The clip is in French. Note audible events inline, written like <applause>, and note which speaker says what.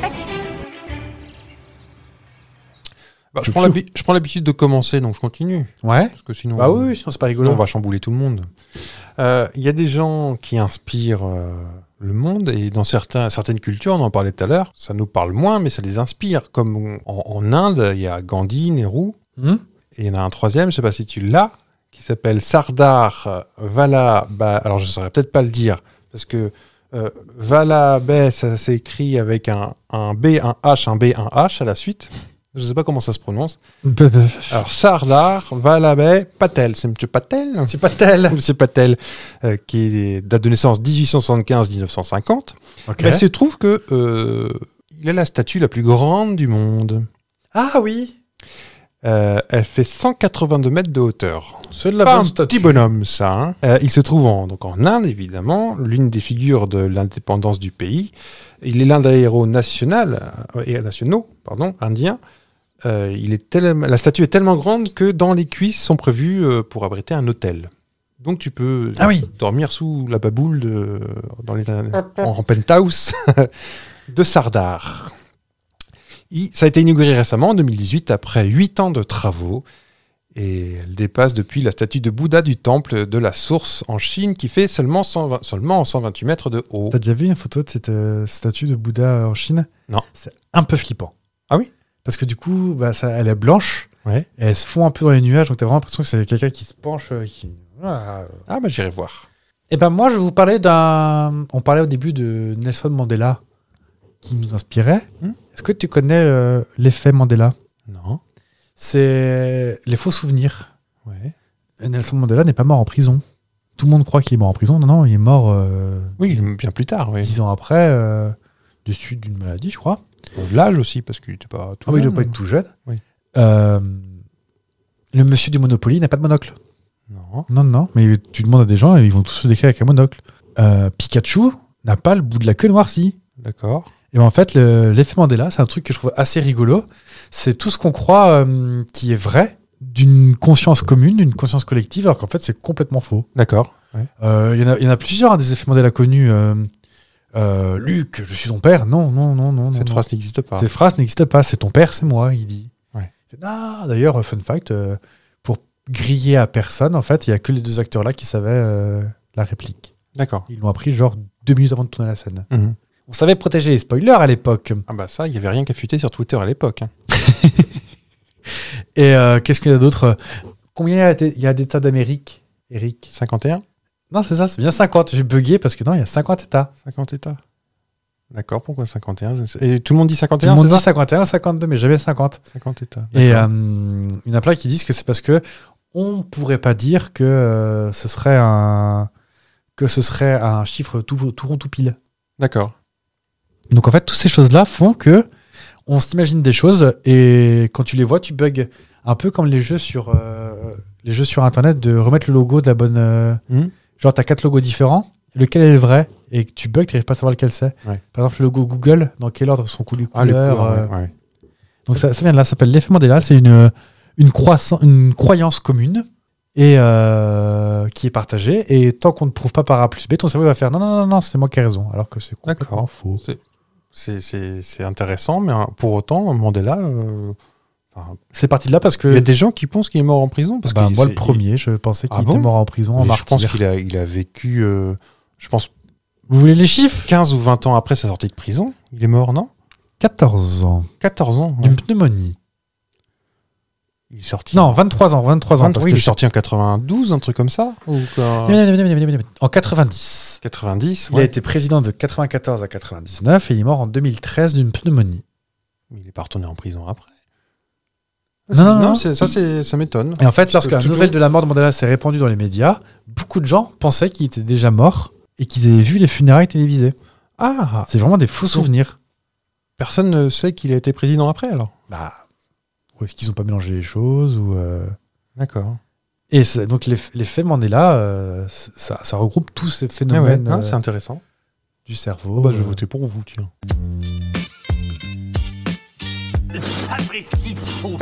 Speaker 1: pas d'ici.
Speaker 2: Bah, je prends l'habi- je prends l'habitude de commencer, donc je continue.
Speaker 3: Ouais.
Speaker 2: Parce que sinon,
Speaker 3: Bah oui, oui, sinon c'est pas
Speaker 2: sinon,
Speaker 3: rigolo.
Speaker 2: on va chambouler tout le monde. Euh, Il y a des gens qui inspirent euh, le monde, et dans certains, certaines cultures, on en parlait tout à l'heure, ça nous parle moins, mais ça les inspire. Comme en, en Inde, il y a Gandhi, Nehru,
Speaker 3: Hmm
Speaker 2: Et il y en a un troisième, je sais pas si tu l'as, qui s'appelle Sardar Vallabha. Alors je ne saurais peut-être pas le dire, parce que euh, Vallabha, ça s'écrit avec un, un B, un H, un B, un H à la suite. Je ne sais pas comment ça se prononce.
Speaker 3: Bah, bah,
Speaker 2: Alors Sardar Vallabha Patel, c'est M. Patel
Speaker 3: C'est pas tel.
Speaker 2: M. Patel, euh, qui est- date de naissance 1875-1950.
Speaker 3: Ok.
Speaker 2: Il se trouve que euh, il a la statue la plus grande du monde.
Speaker 3: ah oui.
Speaker 2: Euh, elle fait 182 mètres de hauteur.
Speaker 3: C'est de la
Speaker 2: Pas
Speaker 3: bonne
Speaker 2: un
Speaker 3: statue.
Speaker 2: petit bonhomme, ça. hein. Euh, il se trouve en, donc en Inde, évidemment, l'une des figures de l'indépendance du pays. Il est l'un des héros national, euh, et nationaux pardon, indiens. Euh, il est tellement- la statue est tellement grande que dans les cuisses sont prévues euh, pour abriter un hôtel. Donc tu peux
Speaker 3: Ah oui.
Speaker 2: dormir sous la baboule de- dans les, en, en penthouse <laughs> de Sardar. Il- ça a été inauguré récemment en 2018 après 8 ans de travaux et elle dépasse depuis la statue de Bouddha du temple de la source en Chine qui fait seulement, 120, seulement 128 mètres de haut.
Speaker 3: T'as déjà vu une photo de cette euh, statue de Bouddha en Chine
Speaker 2: Non.
Speaker 3: C'est un peu flippant.
Speaker 2: Ah oui
Speaker 3: Parce que du coup, bah, ça, elle est blanche.
Speaker 2: Ouais.
Speaker 3: Et elle se fond un peu dans les nuages, donc t'as vraiment l'impression que c'est quelqu'un qui se penche. euh, qui... Ah.
Speaker 2: Ah bah j'irai voir.
Speaker 3: Eh ben moi, je vais vous parler d'un. On parlait au début de Nelson Mandela, qui nous inspirait.
Speaker 2: Hmm.
Speaker 3: Est-ce que tu connais euh, l'effet Mandela
Speaker 2: Non.
Speaker 3: C'est les faux souvenirs.
Speaker 2: Ouais.
Speaker 3: Nelson Mandela n'est pas mort en prison. Tout le monde croit qu'il est mort en prison. Non, non, il est mort euh,
Speaker 2: Oui, bien plus tard. Oui.
Speaker 3: dix ans après, euh, de suite d'une maladie, je crois.
Speaker 2: Bon, L'âge aussi parce qu'il n'était pas tout
Speaker 3: Ah oui, il
Speaker 2: jeune.
Speaker 3: doit pas être tout jeune.
Speaker 2: Oui.
Speaker 3: Euh, le monsieur du Monopoly n'a pas de monocle.
Speaker 2: Non.
Speaker 3: Non, non, mais tu demandes à des gens et ils vont tous se décrire avec un monocle. Euh, Pikachu n'a pas le bout de la queue noircie.
Speaker 2: D'accord.
Speaker 3: Et ben en fait, le- l'effet Mandela, c'est un truc que je trouve assez rigolo. C'est tout ce qu'on croit euh, qui est vrai d'une conscience commune, d'une conscience collective, alors qu'en fait, c'est complètement faux.
Speaker 2: D'accord. Ouais.
Speaker 3: Euh, Il y en a- il y, en a plusieurs, hein, des effets Mandela connus. Euh, euh, Luc, je suis ton père. Non, non, non, non.
Speaker 2: Cette
Speaker 3: non, non.
Speaker 2: phrase n'existe pas.
Speaker 3: Cette phrase n'existe pas. C'est ton père, c'est moi, il dit.
Speaker 2: Ouais.
Speaker 3: Il fait, Ah, d'ailleurs, fun fact, euh, pour griller à personne, en fait, il y a que les deux acteurs là qui savaient euh, la réplique.
Speaker 2: D'accord.
Speaker 3: Ils l'ont appris genre deux minutes avant de tourner la scène.
Speaker 2: Mhm.
Speaker 3: On savait protéger les spoilers à l'époque.
Speaker 2: Ah bah ça, il n'y avait rien qu'à fuiter sur Twitter à l'époque. hein.
Speaker 3: Et euh, qu'est-ce qu'il y a d'autre euh, Combien il y a des- il y a d'États d'Amérique, Eric
Speaker 2: 51
Speaker 3: Non, c'est ça, c'est bien 50. J'ai bugué parce que non, il y a 50 États.
Speaker 2: 50 états. D'accord, pourquoi 51 Je ne sais- Et tout le monde dit
Speaker 3: Tout le
Speaker 2: 51,
Speaker 3: monde
Speaker 2: c'est
Speaker 3: dit
Speaker 2: ça
Speaker 3: 51, 52, mais jamais 50.
Speaker 2: 50 états.
Speaker 3: Et euh, il y en a plein qui disent que c'est parce que on pourrait pas dire que euh, ce serait un que ce serait un chiffre tout, tout rond tout pile.
Speaker 2: D'accord.
Speaker 3: Donc en fait, toutes ces choses-là font que on s'imagine des choses et quand tu les vois, tu bugs. Un peu comme les jeux sur euh, les jeux sur internet de remettre le logo de la bonne. euh,
Speaker 2: Mhm.
Speaker 3: Genre t'as quatre logos différents, lequel est le vrai et que tu bugs, t'arrives pas à savoir lequel c'est.
Speaker 2: Ouais.
Speaker 3: Par exemple, le logo Google, dans quel ordre sont coulées
Speaker 2: Ah, les
Speaker 3: couleurs,
Speaker 2: couleurs,
Speaker 3: euh,
Speaker 2: ouais, ouais.
Speaker 3: donc ça, ça vient de là, ça s'appelle l'effet Mandela, c'est une, une, croissance, une croyance commune et euh, qui est partagée. Et tant qu'on ne prouve pas par A plus B, ton cerveau va faire non, non, non, non, c'est moi qui ai raison, alors que c'est complètement
Speaker 2: D'accord.
Speaker 3: faux.
Speaker 2: C'est- C'est c'est intéressant, mais hein, pour autant, Mandela, euh,
Speaker 3: C'est parti de là parce que
Speaker 2: Il y a des gens qui pensent qu'il est mort en prison parce
Speaker 3: Euh, bah,
Speaker 2: que
Speaker 3: moi,
Speaker 2: c'est-
Speaker 3: le premier, je pensais qu'il
Speaker 2: Ah
Speaker 3: était
Speaker 2: bon
Speaker 3: mort en prison,
Speaker 2: il-
Speaker 3: en
Speaker 2: je pense
Speaker 3: martyr.
Speaker 2: qu'il a, il a vécu, euh, je pense,
Speaker 3: Vous voulez les chiffres
Speaker 2: 15 ou 20 ans après sa sortie de prison. Il est mort, non
Speaker 3: 14 ans
Speaker 2: 14 ans. ouais.
Speaker 3: d'une pneumonie.
Speaker 2: Il est sorti.
Speaker 3: Non, 23 ans, 23 ans.
Speaker 2: 20,
Speaker 3: parce
Speaker 2: oui,
Speaker 3: que
Speaker 2: il est
Speaker 3: je-
Speaker 2: sorti en 92, un truc comme ça. Ou quand-
Speaker 3: En 90.
Speaker 2: 90.
Speaker 3: Il a
Speaker 2: ouais.
Speaker 3: été président de 94 à 99 et il est mort en 2013 d'une pneumonie.
Speaker 2: Mais il est pas retourné en prison après.
Speaker 3: Non, non, non.
Speaker 2: Ah,
Speaker 3: Euh.
Speaker 2: c'est- ça, c'est- ça m'étonne.
Speaker 3: Et en fait, lorsque la
Speaker 2: Toujours.
Speaker 3: nouvelle de la mort de Mandela s'est répandue dans les médias, beaucoup de gens pensaient qu'il était déjà mort et qu'ils avaient vu les funérailles télévisées.
Speaker 2: Ah,
Speaker 3: C'est vraiment des faux souvenirs.
Speaker 2: personne ne sait qu'il a été président après alors.
Speaker 3: Bah, ou est-ce qu'ils n'ont pas mélangé les choses ou euh,
Speaker 2: D'accord.
Speaker 3: Et c'est- donc les- l'effet Mandela, euh, c- ça, ça regroupe tous ces
Speaker 2: Ah ouais,
Speaker 3: phénomènes
Speaker 2: hein,
Speaker 3: euh,
Speaker 2: c'est intéressant.
Speaker 3: du cerveau.
Speaker 2: Oh, bah, je
Speaker 3: euh.
Speaker 2: vais voter pour vous, tiens.
Speaker 4: Sapristi, faux